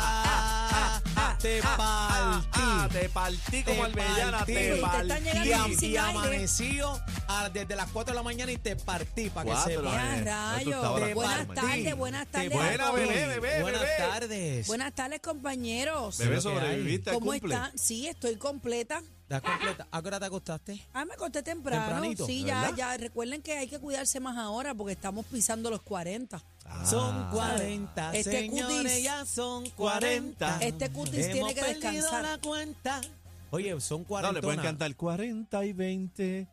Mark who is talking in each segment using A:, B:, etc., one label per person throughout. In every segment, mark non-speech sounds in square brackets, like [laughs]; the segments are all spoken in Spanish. A: toa.
B: Te
A: Ah,
B: partí.
A: ah, te partí como
B: Te
A: albellana,
B: partí.
A: te
B: Uy, te
C: están
A: partí.
C: llegando sin
A: Y
C: aire.
A: amanecido a- desde las 4 de la mañana y te partí para que
B: Cuatro,
A: sepas.
B: eh. Eso
C: Ya,
B: estaba
C: rayos.
B: ahora
C: Buenas
B: mismo.
A: Sí.
C: tardes, buenas
A: Te
C: tardes.
A: buena,
C: a todos.
A: bebé, bebé,
B: Buenas
A: bebé.
B: tardes.
C: Buenas tardes, compañeros.
B: Bebé,
A: Lo que
B: sobreviviste al
C: ¿Cómo
B: cumple.
C: están? Sí, estoy completa.
B: ¿Estás completa? ¿A qué hora te acostaste?
C: Ah, me acosté temprano.
B: Tempranito,
C: sí,
B: ¿de
C: ya,
B: verdad?
C: ya. Recuerden que hay que cuidarse más ahora porque estamos pisando los 40.
D: Ah.
A: Ah.
B: Son 40,
C: Este
B: señores,
C: cutis.
B: ya son 40.
C: Este cutis
B: Hemos
C: tiene que
B: perdido
C: descansar.
B: la cuenta. Oye, son
D: No,
B: 40.
D: le pueden cantar 40 y 20.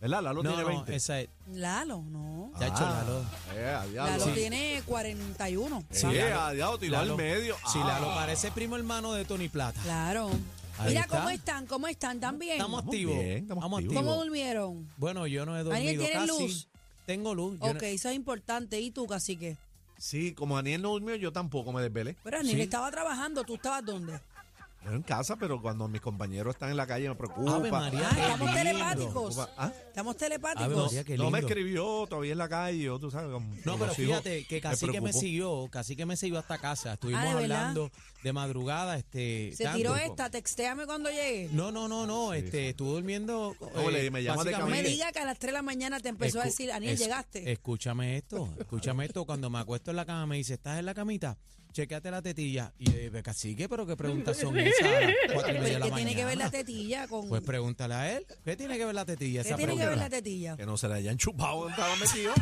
D: ¿Verdad? Lalo
B: No,
D: tiene
B: no,
D: 20.
B: esa es.
C: Lalo, no.
B: Ya hecho Lalo.
D: Eh, a diablo.
C: Lalo
D: Sí.
C: tiene 41.
D: Sí, a diablo, tiró al
B: Lalo.
D: medio.
B: Sí,
D: Ah.
B: Lalo parece primo hermano de Tony Plata.
C: Claro.
B: Ahí
C: Mira,
B: está.
C: ¿cómo están? ¿Cómo están? ¿Están bien?
B: Estamos
D: Estamos
B: activos.
D: bien, estamos
B: Estamos
D: activos.
C: ¿Cómo
B: activos.
C: durmieron?
B: Bueno, yo no he
C: Daniel,
B: dormido
C: ¿tienes
B: casi.
C: luz?
B: Tengo luz. yo no-
C: Ok, eso es importante. ¿Y tú, cacique?
D: Sí, como Daniel no durmió, yo tampoco me desvelé.
C: Pero Daniel estaba trabajando. ¿Tú estabas dónde?
D: Yo en casa, pero cuando mis compañeros están en la calle me preocupa.
B: Ave María,
C: Ah,
B: qué
C: estamos
B: lindo.
C: telepáticos.
D: Ah.
C: Estamos
B: Ave
C: telepáticos.
B: María, qué
D: No me
B: lindo.
D: escribió todavía en la calle, yo, tú sabes. como-
B: No,
D: como
B: pero
D: sigo,
B: fíjate que casi que me
D: preocupo.
B: siguió, casi que me siguió hasta casa. Estuvimos
C: Ah, ¿de verdad?
B: hablando de madrugada, este.
C: Se
B: tanto.
C: tiró esta, textéame cuando llegue. No,
B: No, no, no, no, este, estuvo durmiendo. eh,
D: No, le- me llama de
B: básicamente-
C: me
D: mire.
C: diga que a las 3 de la mañana te empezó a
B: Escu-
C: decir, Aniel,
B: es-
C: llegaste.
B: Escúchame
C: [laughs]
B: esto, escúchame esto. Cuando me acuesto en la cama me dice, ¿estás en la camita? Chequeate la tetilla. Y yo digo, cacique, pero qué preguntas son
C: [laughs]
B: esas a las cuatro y
C: Pero
B: media de
C: es
B: la
C: que tiene que ver la
B: mañana?
C: tetilla con...
B: Pues pregúntale a él, ¿qué tiene que ver la tetilla?
C: ¿Qué
B: esa
C: tiene que
B: pregunta?
C: ver la tetilla?
D: Que no se la hayan chupado donde estaba metido.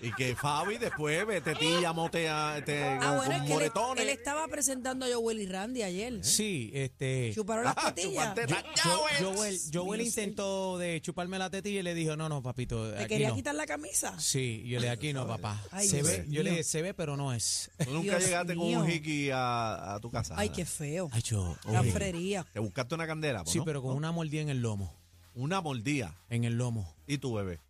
D: y que Fabi después ve tetilla, motea, te,
C: Ah, bueno, es
D: con
C: que él- él,
D: moretones.
C: estaba presentando a Joel y Randy ayer.
B: Sí, este.
C: Chuparon las
D: [laughs] Ah,
C: tetillas.
D: chuparte-
B: Joel, Joel, Joel intentó de chuparme la tetilla y le dijo, no, no, papito.
C: ¿Te
B: aquí
C: quería
B: no".
C: quitar la camisa?
B: Sí, yo le dije, aquí no, papá.
C: Ay,
B: se
C: Dios
B: ve, yo le
C: mío.
B: dije, se ve, pero no
C: [laughs]
B: es.
D: Tú nunca
C: Dios
D: llegaste con un
C: mío.
D: hickey a, a tu casa.
C: Ay, qué feo.
B: Ay, yo,
C: La
B: oye,
C: frería.
D: Te buscaste una candela, pues,
B: sí,
D: ¿no?
B: pero con una mordida en el lomo.
D: Una mordida.
B: En el lomo.
D: Y tu bebé.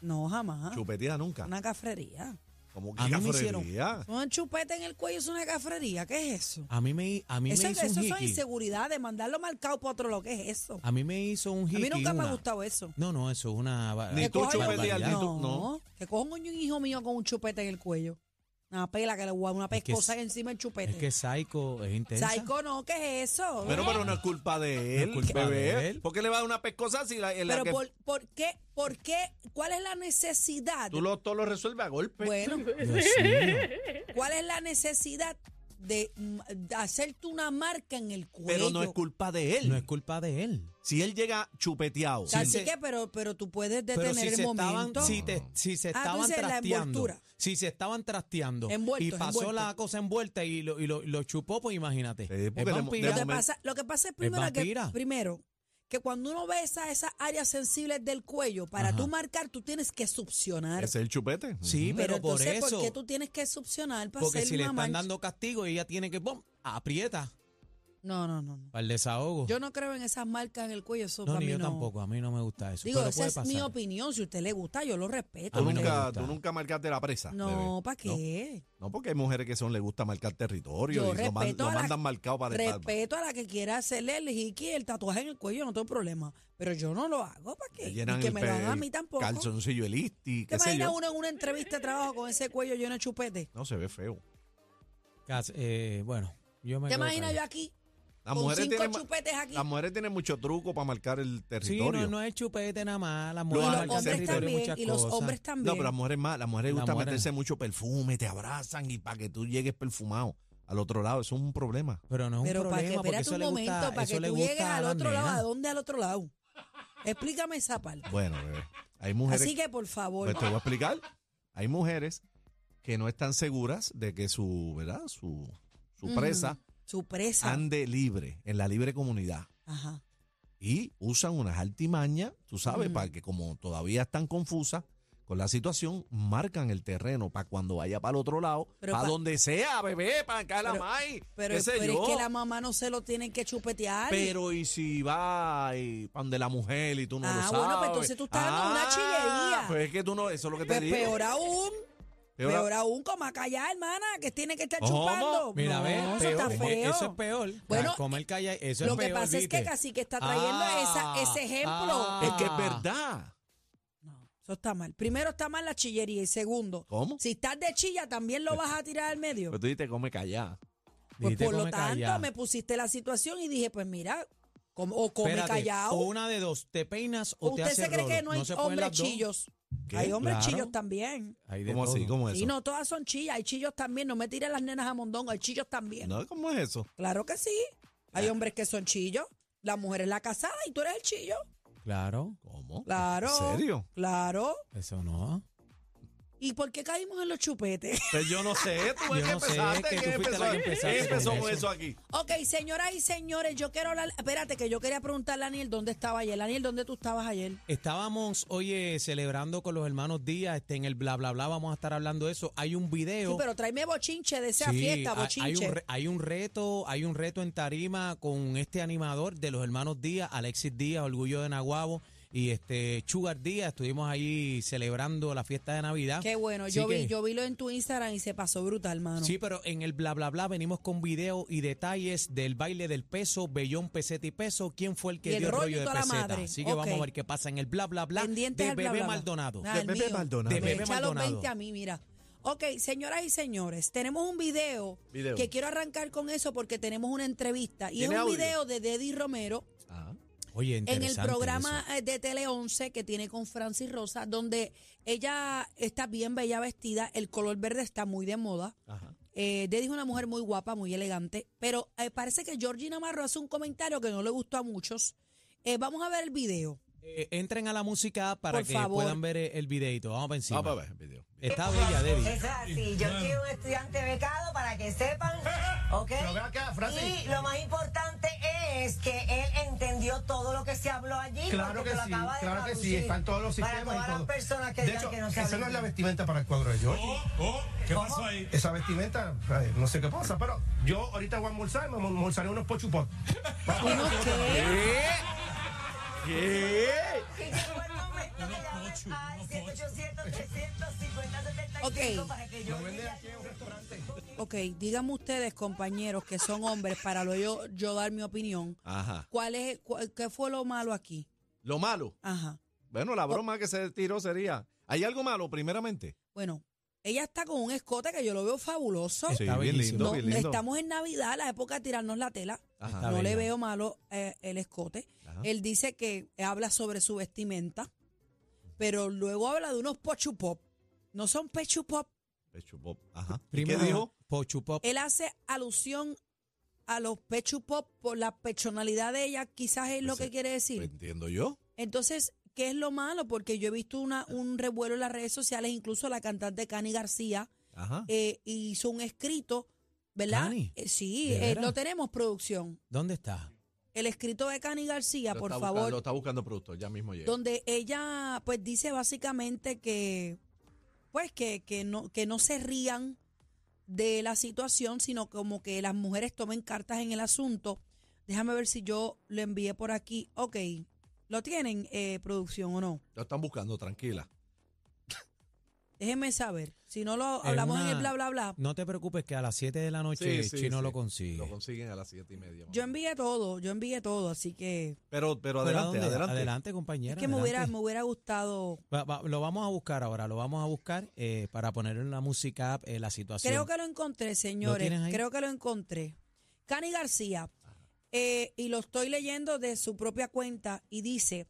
C: No, jamás.
D: Chupetida nunca.
C: Una cafrería.
D: Como
B: Ah. A
D: que
B: mí me
D: cafrería.
C: Un chupete en el cuello es una cafrería. ¿Qué es eso?
B: A mí me, a mí
C: Eso,
B: me hizo
C: eso
B: un
C: son
B: hickey.
C: inseguridades, mandarlo marcado para otro lado. ¿Qué es eso?
B: A mí me hizo un
C: A
B: hickey.
C: mí nunca me
B: una-
C: ha gustado eso.
B: No, no, eso es una. va-
D: Ni
C: Que
D: tú
C: coja yo-
D: chupeteas,
B: barbaridad.
D: ni tú-
C: no,
D: no.
C: Que coja un hijo mío con un chupete en el cuello. Una pela que le voy a dar una
B: Es que
C: pescosa
B: es-
C: encima del chupete.
B: Es que Psycho es intensa.
C: Psycho no, ¿qué es eso?
D: Pero, pero no es culpa de él,
B: No es culpa
D: bebé.
B: de él.
D: ¿Por qué le va a dar una pescosa si la, en la
C: Pero
D: que
C: por, por qué, por qué, cuál es la necesidad?
D: tú lo, todo lo resuelves a golpe?
B: [laughs]
C: Bueno,
B: Dios mío.
C: ¿cuál es la necesidad de, mm, de hacerte una marca en el cuello?
D: pero no es culpa de él.
B: No es culpa de él.
D: Si él llega chupeteado.
B: Sí,
C: Así
B: se-
C: que, pero, pero tú puedes detener
B: Pero si
C: el
B: se estaban,
C: momento.
B: si, te- si se
C: Ah, tú
B: estaban
C: dices la
B: trasteando.
C: envoltura.
B: Si se estaban trasteando.
C: Envueltos,
B: y pasó
C: envueltos.
B: la cosa envuelta y lo, y lo, y lo chupó, pues imagínate.
D: Sí, porque
B: Es
D: le-
B: vampira.
C: Lo que,
D: momento.
C: pasa, lo que pasa es primero que,
B: vampira.
C: primero que cuando uno besa esas áreas sensibles del cuello, para
B: Ajá.
C: tú marcar, tú tienes que succionar.
D: Ese es el chupete.
B: Sí,
C: pero
B: pero, por
C: entonces,
B: eso.
C: ¿por qué tú tienes que succionar para
B: porque
C: hacer
B: si le
C: una
B: están
C: mancha?
B: dando castigo, ella tiene que. ¡pum! aprieta
C: No, no, no, no.
B: para el desahogo.
C: Yo no creo en esas marcas en el cuello, eso
B: Oh. no,
C: para
B: ni
C: mí
B: yo
C: no.
B: tampoco. A mí no me gusta eso.
C: Digo,
B: pero
C: esa
B: puede
C: es mi
B: pasar.
C: opinión. Si a usted le gusta, yo lo respeto.
D: Tú
B: mí no me
D: nunca,
B: gusta.
D: tú nunca marcaste la presa.
C: no,
D: bebé.
C: ¿para
D: No.
C: qué?
D: No, porque hay mujeres que son les gusta marcar territorio
C: Yo
D: y lo, man-
C: respeto
D: lo
C: a la-
D: mandan marcado para el
C: Respeto a la que quiera hacerle el hickey, el tatuaje en el cuello, no tengo problema. Pero yo no lo hago, ¿para qué?
D: Le
C: Y
D: llenan
C: que
D: el
C: me lo
D: pe-
C: hagan a
D: el
C: mí tampoco.
D: Calzoncillo elisti,
C: ¿Te
D: qué sé
C: imaginas
D: yo.
C: uno en una entrevista de trabajo con ese cuello lleno de chupete?
D: No se ve feo.
B: Cas- eh, bueno, yo me.
C: ¿Te
B: quedo
C: imaginas
B: callado.
C: yo aquí
D: Las
C: con
D: mujeres,
C: cinco
D: tienen, ma-
C: chupetes aquí?
D: las mujeres tienen mucho truco para marcar el
B: Sí,
D: territorio.
B: no, no es chupete nada más. Las
D: Y
C: y
B: mujeres
D: lo
C: los
D: hacen,
B: marcan
D: se
C: hombres
D: ríen,
B: territorio y
C: también,
B: muchas
C: y los
B: cosas.
C: hombres
D: No,
C: también.
D: pero las mujeres más, las mujeres
B: Las
D: gusta
B: mujeres.
D: meterse mucho perfume, te abrazan y para que tú llegues perfumado. al otro lado. Eso es un problema.
B: Pero no es
C: Pero
B: un
C: para que,
B: problema porque
C: espérate
B: eso
C: un
B: le gusta,
C: momento, para
B: eso
C: que
B: le
C: tú
B: gusta
C: llegues
B: a
C: al
B: las
C: otro lado, ¿a
B: nenas.
C: dónde al otro lado? Explícame esa parte.
D: Bueno, bebé, hay mujeres.
C: Así que, por favor,
D: Pues te voy a explicar. Hay mujeres que no están seguras de que su, ¿verdad? Su, su presa
C: su presa.
D: ande libre, en la libre comunidad.
C: Ajá.
D: y usan unas altimañas, tú sabes, para que como todavía están confusas con la situación, marcan el terreno para cuando vaya para el otro lado,
C: Pero
D: para
C: pa-
D: donde sea, bebé, para acá la
C: Pero-
D: mai,
C: Pero,
D: qué sé
C: pero
D: yo.
C: es que la mamá no se lo tienen que chupetear.
D: Pero y si va y pan de la mujer y tú no
C: Ah,
D: lo sabes.
C: bueno, pues entonces tú estás dando una chillería.
D: Pues es que tú no, eso es lo que te
C: Pues
D: digo.
C: peor aún.
D: Peor
C: Peor,
D: a-
C: aún, como a callar, hermana, que tiene que estar
D: ¿Cómo?
C: chupando.
B: Mira,
C: no,
B: ve,
C: eso
B: peor,
C: está
B: como-
C: feo.
B: eso es peor.
C: Bueno,
B: Bueno, comer calla, eso
C: Lo
B: es
C: que
B: peor,
C: pasa es que
B: ¿viste?
C: Cacique está trayendo
D: Ah,
C: esa, ese ejemplo.
B: ah.
D: Es que es verdad.
C: No, eso está mal. Primero está mal la chillería y segundo,
D: ¿Cómo?
C: si estás de chilla también lo vas a tirar al
D: Pero
C: medio.
D: Pues tú dices, come callada.
C: Pues
B: Dijiste
C: por lo
B: Pues, come
C: tanto
B: callado.
C: me pusiste la situación y dije, pues mira, com- o come
B: Espérate,
C: callado.
B: O una de dos, te peinas o te
C: ¿Usted
B: haces
C: se cree que
B: rolo.
C: no hay
B: se pueden
C: hombres
B: las dos.
C: chillos?
D: ¿Qué?
C: Hay hombres
B: Claro. Pues
C: chillos también.
B: Hay de
D: ¿Cómo así?
B: todo.
D: ¿Cómo
C: Y
D: eso?
C: no todas son chillas, hay chillos también. No me tiren las nenas a mondongo, hay chillos también.
D: No, ¿cómo es eso?
C: Claro que sí.
B: Ah.
C: Hay hombres que son chillos. La mujer es la casada y tú eres el chillo.
B: Claro,
D: ¿Cómo?
C: Claro.
D: ¿En serio?
C: Claro.
B: eso no.
C: ¿Y por qué caímos en los chupetes?
D: Pues yo no sé, tú ves
B: Yo
D: que
B: no sé,
D: empezaste,
B: que tú
D: ¿quién
B: fuiste la
D: empezó,
B: que empezaste
D: ¿quién empezó
B: con
D: con
B: eso?
D: eso aquí?
C: ok, señoras y señores, yo quiero hablar. Espérate, que yo quería preguntarle a Daniel dónde estaba ayer. Daniel, ¿dónde tú estabas ayer?
B: Estábamos, oye, celebrando con los hermanos Díaz, este, en el bla bla bla, vamos a estar hablando de eso. Hay un video.
C: Sí, pero tráeme bochinche de esa
B: Sí,
C: fiesta,
B: hay- hay,
C: bochinche.
B: un, re- hay un reto, hay un reto en tarima con este animador de los hermanos Díaz, Alexis Díaz, Orgullo de Naguabo y este Chugar Díaz. Estuvimos ahí celebrando la fiesta de Navidad.
C: Qué bueno,
B: Así
C: yo
B: ah, que-
C: vi, yo vi lo en tu Instagram y se pasó brutal, mano.
B: Sí, pero en el bla bla bla venimos con video y detalles del baile del peso, Bellón, peseta y peso, quién fue el que
C: Y el
B: dio el
C: rollo
B: rollo
C: y
B: de
C: toda la
B: peseta.
C: madre.
B: Así que
C: Ok.
B: vamos a ver qué pasa en el bla bla bla
C: Pendientes
B: de
C: al
B: Bebé
C: bla, bla, bla.
B: Maldonado.
C: Ah,
D: De
C: el
D: Bebe
C: mío.
D: Maldonado.
B: De
C: Me
B: Bebe
C: echa los
B: Maldonado.
C: 20 a mí, mira. Ok, señoras y señores, tenemos un video,
D: Video.
C: que quiero arrancar con eso porque tenemos una entrevista. Y es
D: ¿Tiene
C: un
D: audio?
C: video de Deddy Romero
B: Oye,
C: en el
B: interesante
C: programa
B: eso.
C: eh, de Tele 11 que tiene con Francis Rosa, donde ella está bien bella vestida, el color verde está muy de moda.
D: Ajá.
C: Eh, Deddy es una mujer muy guapa, muy elegante, pero eh, parece que Georgina Marro hace un comentario que no le gustó a muchos. Eh, vamos a ver
B: [laughs]
C: el video.
B: Eh, entren a la música para
C: Por
B: que
C: favor.
B: puedan ver el el videito. Vamos para encima.
D: Vamos a ver el video.
B: Está bella, Debbie.
E: Eso es así. Yo quiero un estudiante becado para que sepan.
F: [laughs]
E: ¿Ok?
F: Pero ven acá, Francis.
E: Y lo más importante es que él entendió todo lo que se habló allí.
F: Claro
E: porque
F: que
E: te lo
F: sí,
E: acaba de
F: claro que sí,
E: traducir.
F: están todos los sistemas
E: Para todas
F: y todo.
E: las personas que
F: de
E: digan
F: hecho,
E: que no saben.
F: esa no es la vestimenta para el cuadro de Georgie.
G: Oh, oh, ¿qué pasó ahí?
F: Esa vestimenta, ay, no sé qué pasa, pero yo ahorita voy a almorzar y me almorzaré unos pochupot.
C: Unos que-
E: Y llegó el momento que llamen
G: pocho,
E: al
G: no
E: 787 350 75
C: Ok.
E: para que yo
C: Ok, díganme ustedes, compañeros, que son hombres, para lo yo, yo dar mi opinión.
D: Ajá.
C: ¿Cuál es, cua- ¿Qué fue lo malo aquí?
D: Lo malo.
C: Ajá.
D: Bueno, la broma que se tiró sería. ¿Hay algo malo, primeramente?
C: Bueno, ella está con un escote que yo lo veo fabuloso.
B: Sí, bien lindo,
C: No, estamos en Navidad, la época de tirarnos la tela.
D: Ajá.
B: Está
C: no le
B: bello.
C: veo malo eh, el escote.
D: Ajá.
C: Él dice que habla sobre su vestimenta, pero luego habla de unos pochupop. No son pechupop.
D: Pechupop. Ajá. ¿Y ¿Qué
B: Primero,
D: dijo?
B: Pochupop.
C: Él hace alusión a los pechupop por la personalidad de ella, quizás es lo
D: Pues,
C: que quiere decir.
D: Entiendo yo.
C: Entonces, ¿qué es lo malo? Porque yo he visto una, un revuelo en las redes sociales, incluso la cantante Cani García
D: Ajá.
C: eh, hizo un escrito, ¿verdad?
B: Ah. ¿Cani?
C: Eh, sí,
B: ¿De
C: eh,
B: veras?
C: lo tenemos producción.
B: ¿Dónde está?
C: El escrito de Cani García,
D: Lo
C: por
D: está
C: favor,
D: buscando- Lo está buscando productor, ya mismo llega.
C: donde ella pues dice básicamente que pues que, que no que no se rían de la situación, sino como que las mujeres tomen cartas en el asunto. Déjame ver si yo lo envié por aquí. Ok, ¿lo tienen eh, producción o no?
D: Lo están buscando, tranquila.
C: Déjenme saber. Si no lo
B: Es
C: hablamos en el
B: una-
C: bla, bla, bla.
B: No te preocupes que a las 7 de la noche
D: Sí, sí,
B: Chino
D: sí.
B: lo consigue.
D: Lo consiguen a las siete y media. más
C: Yo
D: o menos.
C: envié todo, yo envié todo, así que...
D: Pero, pero
B: ¿Pero a
D: adelante,
B: dónde?
D: adelante.
B: Adelante, compañera.
C: Es que me hubiera,
B: adelante.
C: me hubiera gustado...
B: Va- va- lo vamos a buscar ahora, lo vamos a buscar eh, para poner en la música app, eh, la situación.
C: Creo que lo encontré, señores.
B: tienes ahí?
C: Creo que lo encontré. Cani García, eh, y lo estoy leyendo de su propia cuenta, y dice,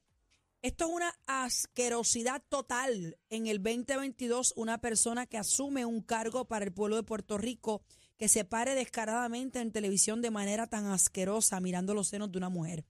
C: esto es una asquerosidad total en el 2022, una persona que asume un cargo para el pueblo de Puerto Rico que se pare descaradamente en televisión de manera tan asquerosa mirando los senos de una mujer.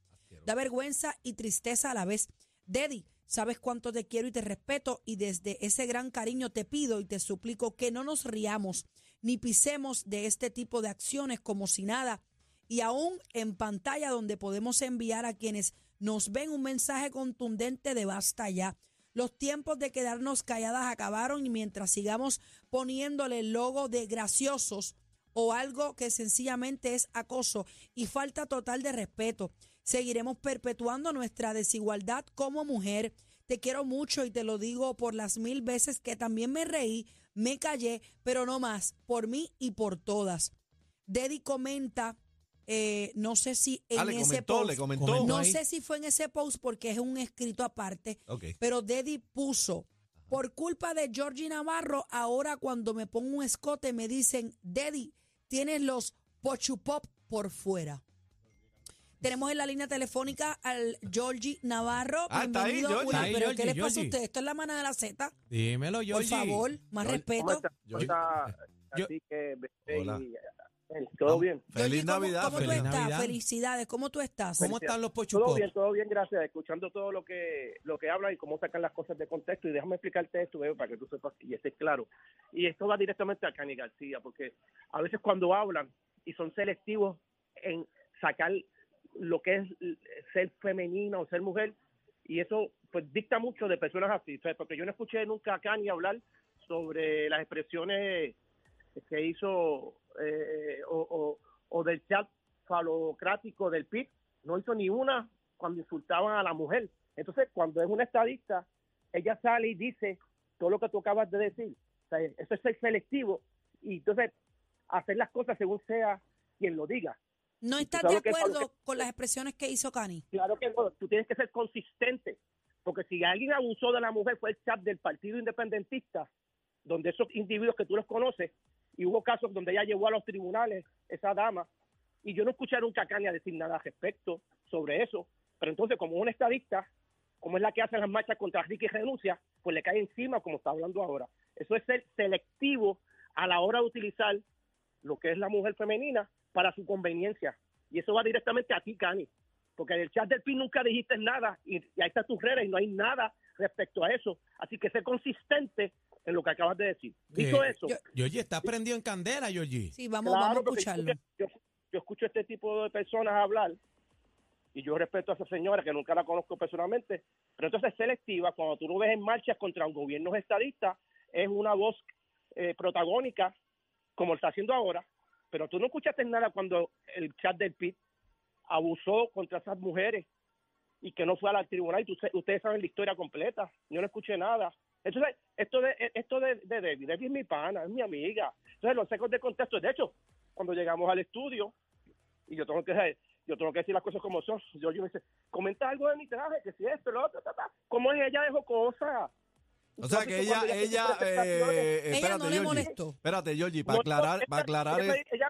C: Da vergüenza y tristeza a la vez. Dedi, sabes cuánto te quiero y te respeto y desde ese gran cariño te pido y te suplico que no nos riamos ni pisemos de este tipo de acciones como si nada y aún en pantalla donde podemos enviar a quienes nos ven un mensaje contundente de basta ya. Los tiempos de quedarnos calladas acabaron y mientras sigamos poniéndole el logo de graciosos o algo que sencillamente es acoso y falta total de respeto, seguiremos perpetuando nuestra desigualdad como mujer. Te quiero mucho y te lo digo por las mil veces que también me reí, me callé, pero no más, por mí y por todas. Dedi comenta, eh, no sé si en
D: Ah, le
C: ese
D: comentó,
C: post-
D: le comentó.
B: Comentó
C: no
B: ahí.
C: sé si fue en ese post porque es un escrito aparte,
D: Ok.
C: pero Deddy puso, por culpa de Georgie Navarro, ahora cuando me pongo un escote me dicen, Deddy, tienes los pochupop por fuera. Tenemos en la línea telefónica al Georgie Navarro.
D: Ah, está ahí,
C: Bienvenido,
D: Georgie.
C: Willy.
B: Está ahí,
C: pero
B: Georgie,
C: ¿qué les pasa a
B: Georgie.
C: ustedes? Esto es la manada de la Z.
B: Dímelo,
C: Por
B: Georgie.
C: favor, más respeto.
D: Yo-
B: Yo-
G: Así que,
D: Hola.
G: eh, todo bien.
D: Feliz
C: Georgie, ¿cómo-
D: Navidad.
C: ¿Cómo,
D: feliz
C: tú estás?
B: Navidad.
C: Felicidades. ¿Cómo tú estás?
B: ¿Cómo están los
G: Todo
B: pochupos?
G: bien, todo bien, gracias. Escuchando todo lo que lo que hablan y cómo sacan las cosas de contexto. Y déjame explicarte esto, bebé, para que tú sepas y estés claro. Y esto va directamente a Cani García, porque a veces cuando hablan y son selectivos en sacar lo que es l- ser femenina o ser mujer, y eso pues dicta mucho de personas así, ¿sabes? porque yo no escuché nunca a Cani hablar sobre las expresiones que hizo eh, o, o- o del chat falocrático del PIB, no hizo ni una cuando insultaban a la mujer. Entonces, cuando es una estadista, ella sale y dice todo lo que tú acabas de decir. O sea, eso es ser selectivo y entonces hacer las cosas según sea quien lo diga.
C: ¿No estás de
G: sabes que-
C: acuerdo con las expresiones que hizo Cani?
G: Claro que no, tú tienes que ser consistente, porque si alguien abusó de la mujer fue el chat del Partido Independentista, donde esos individuos que tú los conoces, y hubo casos donde ella llevó a los tribunales esa dama, y yo no escuché nunca a Kanye decir nada al respecto sobre eso, pero entonces como es una estadista, como es la que hace las marchas contra Ricky Renuncia, pues le cae encima como está hablando ahora. Eso es ser selectivo a la hora de utilizar lo que es la mujer femenina para su conveniencia. Y eso va directamente a ti, Cani porque en el chat del PIN nunca dijiste nada y, y ahí están tus redes y no hay nada respecto a eso. Así que sé consistente en lo que acabas de decir. Dicho
B: Eh,
G: eso,
C: yo-
B: Georgie, estás prendido en candela, Georgie.
C: Sí, vamos,
G: claro,
C: vamos a
G: porque yo
C: escucharlo.
G: escucho- Yo, yo escucho este tipo de personas hablar y yo respeto a esa señora que nunca la conozco personalmente, pero entonces selectiva, cuando tú lo ves en marchas contra un gobierno estadista, es una voz eh, protagónica, como está haciendo ahora, pero tú no escuchaste nada cuando el chat del PIT abusó contra esas mujeres y que no fue al tribunal, y tú se- ustedes saben la historia completa, yo no escuché nada. Entonces, esto de esto de, de Debbie, Debbie es mi pana, es mi amiga. Entonces, los secos de contexto, de hecho, cuando llegamos al estudio, y yo tengo que yo tengo que decir las cosas como son, yo, yo me dice, comenta algo de mi traje, que si esto, lo otro, ta, ta". ¿cómo es ella dejó cosas?
D: O sea que
G: Entonces,
D: ella,
G: cuando hace
D: ella,
G: sus presentaciones,
D: eh,
C: Ella no
D: espérate,
C: le
D: Georgie.
C: molestó.
D: Espérate, Georgie, para
G: no,
D: aclarar,
G: ella-
D: para aclarar
G: ella,
D: el-
G: me- ella,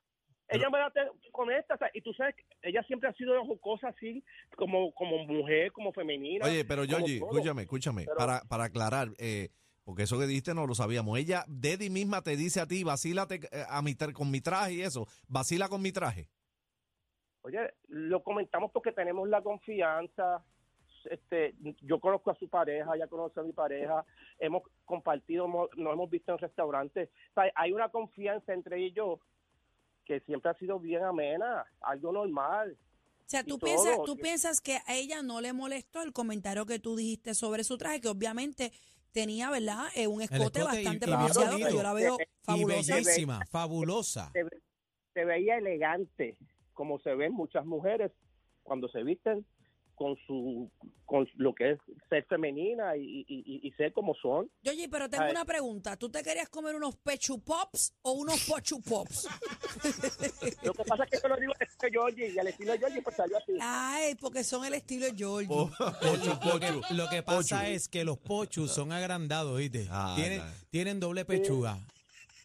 G: ella me da te- con esta, o sea, y tú sabes que ella siempre ha sido jocosa así, como, como mujer, como femenina.
D: Oye, pero
G: como
D: Georgie,
G: todo.
D: escúchame, escúchame,
G: Pero-
D: para, para aclarar, eh, porque eso que dijiste no lo sabíamos. Ella, Deddy misma te dice a ti, vacílate eh, a mi tra- con mi traje y eso, vacila con mi traje.
G: Oye, lo comentamos porque tenemos la confianza. Este, yo conozco a su pareja, ella conoce a mi pareja, hemos compartido, hemos- nos hemos visto en restaurantes. O sea, hay una confianza entre ella y yo que siempre ha sido bien amena, algo normal.
C: O sea,
G: y
C: tú
G: todo,
C: piensas,
G: o
C: tú
G: sea-
C: piensas que a ella no le molestó el comentario que tú dijiste sobre su traje, que obviamente tenía, ¿verdad? Eh, un escote,
B: escote y-
C: bastante
B: y
G: bien
C: pronunciado,
G: bonito.
C: que yo la veo
G: Y
B: Y
C: fabulosa.
B: bellísima, fabulosa.
G: Se, ve- se veía elegante, como se ven muchas mujeres cuando se visten con su con lo que es ser femenina y, y- y- y ser como son.
C: Oye, pero tengo
G: Ay.
C: una pregunta. ¿Tú te querías comer unos pechu pops o unos pochu pops?
G: Lo que pasa es que yo lo digo es que Georgie y al estilo de Georgie pues salió así.
C: Ay, porque son el estilo Georgie.
B: Oh.
D: Po- pochu,
B: Lo que,
D: pochu.
B: lo que pasa
D: Pochu.
B: es que los pochus son agrandados, ¿viste?
D: Ah,
B: tienen,
D: anda.
B: tienen doble pechuga.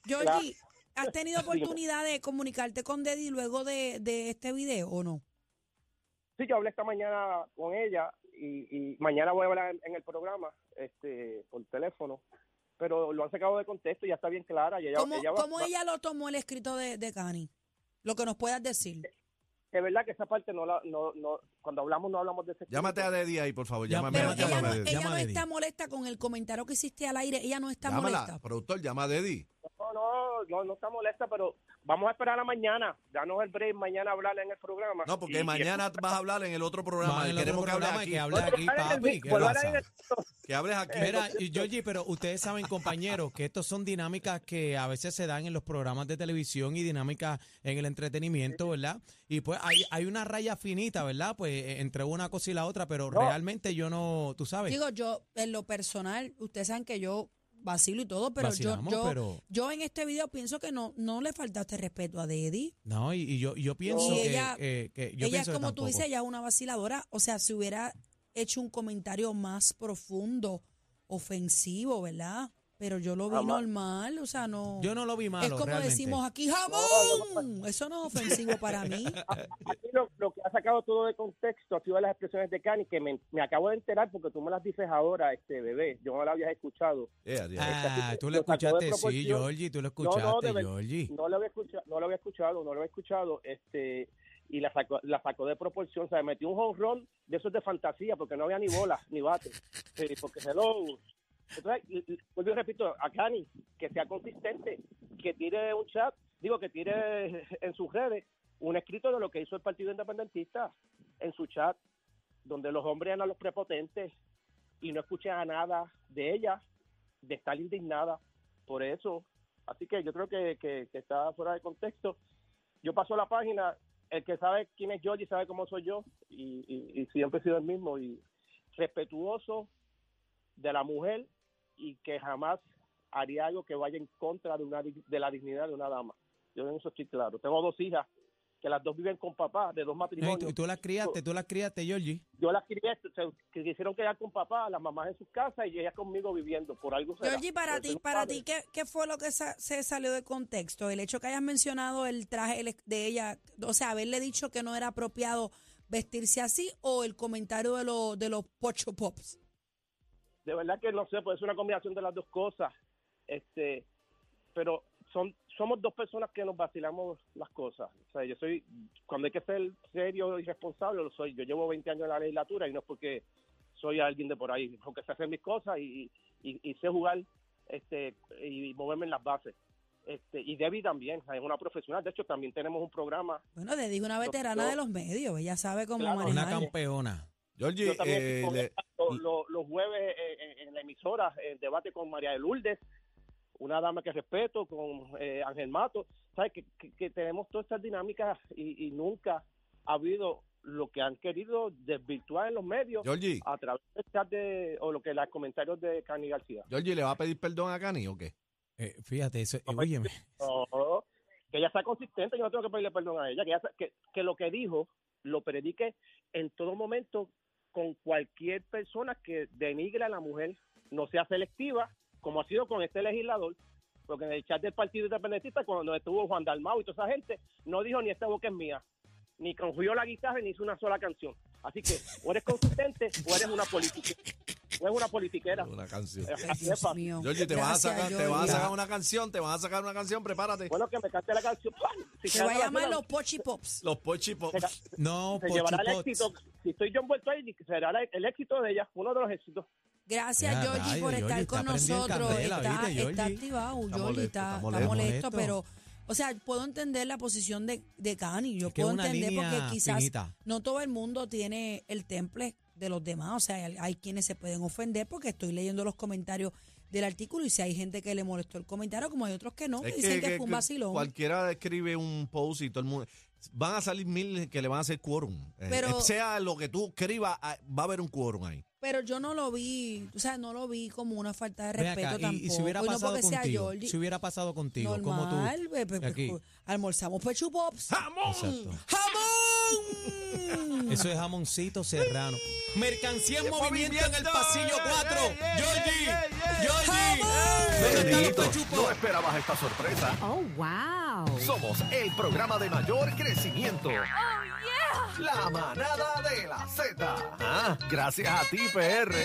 C: Georgie, ¿has tenido oportunidad de comunicarte con Deddy luego de, de este video o no?
G: Sí, yo hablé esta mañana con ella y, y mañana voy a hablar en, en el programa este por teléfono. pero lo han sacado de contexto y ya está bien clara. Y ella,
C: ¿Cómo,
G: ella va-
C: cómo
G: va-
C: ella lo tomó el escrito de, de Cani? Lo que nos puedas decir.
B: Eh,
G: De verdad que esa parte no la, no, no, cuando hablamos no hablamos de ese
D: [laughs] Llámate a
G: tipo.
D: Deddy ahí, por favor.
B: Ya,
D: Llámame,
C: Pero
B: no,
C: ella,
D: llámame
C: no,
D: a
C: ella
D: Deddy.
B: Llámala,
C: no
B: Eddie.
C: está molesta con el comentario que hiciste al aire. Ella no está
D: Llámala,
C: molesta.
D: productor, llama a Deddy.
G: No, no, no, no está molesta, pero vamos a esperar a mañana. Danos el break mañana a hablar en el programa.
D: No,
G: Y-
D: porque
G: y-
D: mañana vas a hablar en el otro
B: Vamos
D: programa.
B: en el otro
D: Queremos que hables
B: programa y
D: aquí.
B: que hables aquí,
G: Volver a
B: papi.
G: ir-
B: ¿qué
G: volver a
B: pasa?
G: ir-
D: [laughs] Que hables aquí.
B: Mira, y Georgie, pero ustedes saben, compañeros, que estos son dinámicas que a veces se dan en los programas de televisión y dinámicas en el entretenimiento, ¿verdad? Y pues hay, hay una raya finita, ¿verdad? Pues eh, entre una cosa y la otra, pero realmente yo no, tú sabes,
C: Digo, yo, en lo personal, ustedes saben que yo vacilo y todo, pero yo,
B: vacilamos,
C: yo,
B: pero
C: yo en este video pienso que no, no le faltaste respeto a Deddy.
B: no, y, y yo, y yo pienso
C: Y
B: que,
C: ella-
B: que- que- yo
C: ella,
B: pienso que
C: como tú
B: tampoco.
C: dices, ella es una vaciladora. O sea, si hubiera hecho un comentario más profundo, ofensivo, ¿verdad? Pero yo lo vi
G: Jamás.
C: normal, o sea, no...
B: yo no lo vi malo,
C: es como
B: realmente.
C: decimos aquí, jamón. Eso no es ofensivo para [laughs] mí.
G: Aquí lo, lo que ha sacado todo de contexto ha sido las expresiones de Cani, que me, me acabo de enterar porque tú me las dices ahora, este bebé. Yo no la habías escuchado.
D: Yeah, yeah.
B: Ah, tú lo
G: Lo sacó de
B: escuchaste, sí,
G: proporción.
B: Georgie, tú lo
G: No, no,
B: escuchaste,
G: de ver-
B: Georgie.
G: No lo había escuchado, no lo había escuchado, no lo había escuchado. Este, y la sacó, la sacó de proporción. O sea, metió un home run de esos de fantasía porque no había ni bolas
B: [laughs]
G: ni bate. Eh, porque hello. Entonces, y- y vuelvo y repito, a Cani, que sea consistente, que tire un chat, digo, que tire en sus redes un escrito de lo que hizo el Partido Independentista en su chat, donde los hombres eran los prepotentes y no escuché a nada de ella, de estar indignada por eso. Así que yo creo que, que- que está fuera de contexto. Yo paso la página, el que sabe quién es Georgie sabe cómo soy yo y, y- y siempre he sido el mismo y respetuoso de la mujer y que jamás haría algo que vaya en contra de, una, dig- de la dignidad de una dama. Yo en eso estoy claro. Tengo dos hijas que las dos viven con papá de dos
B: No, y
G: matrimonios
B: tú, tú las criaste, tú las criaste, Georgie.
G: yo las crié, se que quisieron quedar con papá, las mamás en sus casas y ellas conmigo viviendo, por algo será.
C: Georgie, para
G: Yo soy
C: ti,
G: un
C: para
G: padre.
C: ti, ¿qué, qué fue lo que sa- se salió de contexto? El hecho que hayas mencionado el traje el- de ella, o sea, haberle dicho que no era apropiado vestirse así o el comentario de, lo- de los pocho pops.
G: De verdad que no sé, pues es una combinación de las dos cosas. Este, pero son somos dos personas que nos vacilamos las cosas. O sea, yo soy, cuando hay que ser serio y responsable, lo soy. Yo llevo 20 años en la legislatura y no es porque soy alguien de por ahí, porque sé hacer mis cosas y, y- y sé jugar este y moverme en las bases. Este, y Debbie también, es una profesional. De hecho, también tenemos un programa
C: Bueno, te dijo una veterana
G: yo-
C: de los medios, ella sabe cómo
G: Claro.
B: Una
C: manejar.
B: campeona.
D: Georgie,
G: Yo también
D: eh,
G: estoy con-
D: le-
G: lo- lo- los jueves eh, en, en la emisora, el debate con María de Lourdes, una dama que respeto, con eh, Ángel Mato. ¿Sabes? Que, que- que tenemos todas estas dinámicas y, y nunca ha habido lo que han querido desvirtuar en los medios
D: Georgie,
G: a través del chat de, o lo que los comentarios de Cani García.
D: Georgie, ¿le va a pedir perdón a Cani o qué?
B: Eh, fíjate, eso,
G: pues,
B: eh, óyeme.
G: No, que ella sea consistente, yo no tengo que pedirle perdón a ella, que, ella sea- que, que lo que dijo lo predique en todo momento con cualquier persona que denigre a la mujer, no sea selectiva, como ha sido con este legislador, porque en el chat del Partido Independentista, cuando estuvo Juan Dalmau y toda esa gente, no dijo ni esta boca es mía, ni conjuyó la guitarra ni hizo una sola canción. Así que o eres consistente o eres una política, o eres una politiquera.
D: Una canción.
C: Ay,
G: Así es
C: Dios
G: fácil.
C: mío.
D: Georgie, te vas, a
C: Gracias,
D: sacar, te vas a
C: Georgie.
D: sacar una canción, te vas a sacar una canción, prepárate.
G: Bueno, que me cante la canción. ¡pam! Si
C: Se va
G: canta
C: a
G: la
C: llamar
G: canción,
C: los pochi pops.
D: Los pochipos.
G: Mira.
B: No,
G: [laughs] se llevará el
B: Pochupots.
G: éxito. Si estoy yo envuelto ahí, será la- el éxito de ella, uno de los éxitos.
C: Gracias,
B: Ya,
C: Georgie, por
B: rayos,
C: estar
B: Georgie,
C: con
B: está prendido en
C: nosotros.
B: candela,
C: está,
B: ¿viste,
C: está
B: Georgie?
C: activado,
D: Está
C: Georgie,
D: molesto,
C: está,
D: está
C: está
D: molesto.
C: molesto,
B: Molesto.
C: pero, o sea, puedo entender la posición de, de Cani. Yo
B: Es que es
C: puedo
B: una
C: entender
B: línea
C: porque quizás
B: finita.
C: no todo el mundo tiene el temple de los demás. O sea, hay, hay quienes se pueden ofender porque estoy leyendo los comentarios del artículo y si hay gente que le molestó el comentario, como hay otros que no, que
D: Es
C: dicen que,
D: que-
C: fue un
D: que
C: vacilón.
D: Cualquiera escribe un post y todo el mundo. Van a salir mil que le van a hacer quórum. Eh,
C: Pero-
D: sea lo que tú escribas, ah, va a haber un quórum ahí.
C: Pero yo no lo vi, o sea, no lo vi como una falta de
B: Ven
C: respeto
B: acá,
C: tampoco.
B: y, y si hubiera
C: Y no
B: pasado
C: porque sea
B: contigo,
C: Georgie.
B: si hubiera pasado contigo, como tú.
C: Normal, pues, be- be- be-
B: Aquí.
C: almorzamos pues, pechu pops.
B: Exacto.
C: ¡Jamón!
B: Eso es jamoncito serrano. Mercancía en movimiento en el
D: movimiento!
B: pasillo
D: ¡Ey,
B: 4.
D: ey, ey, ey,
B: Georgie,
D: ey, ey!
B: Georgie, ¿dónde están los
H: Benditos, no
B: pechupos?
H: esperabas esta sorpresa.
I: Oh, wow. Oh,
H: Somos el programa de mayor crecimiento. La manada de la Z. Ah, gracias a ti, PR.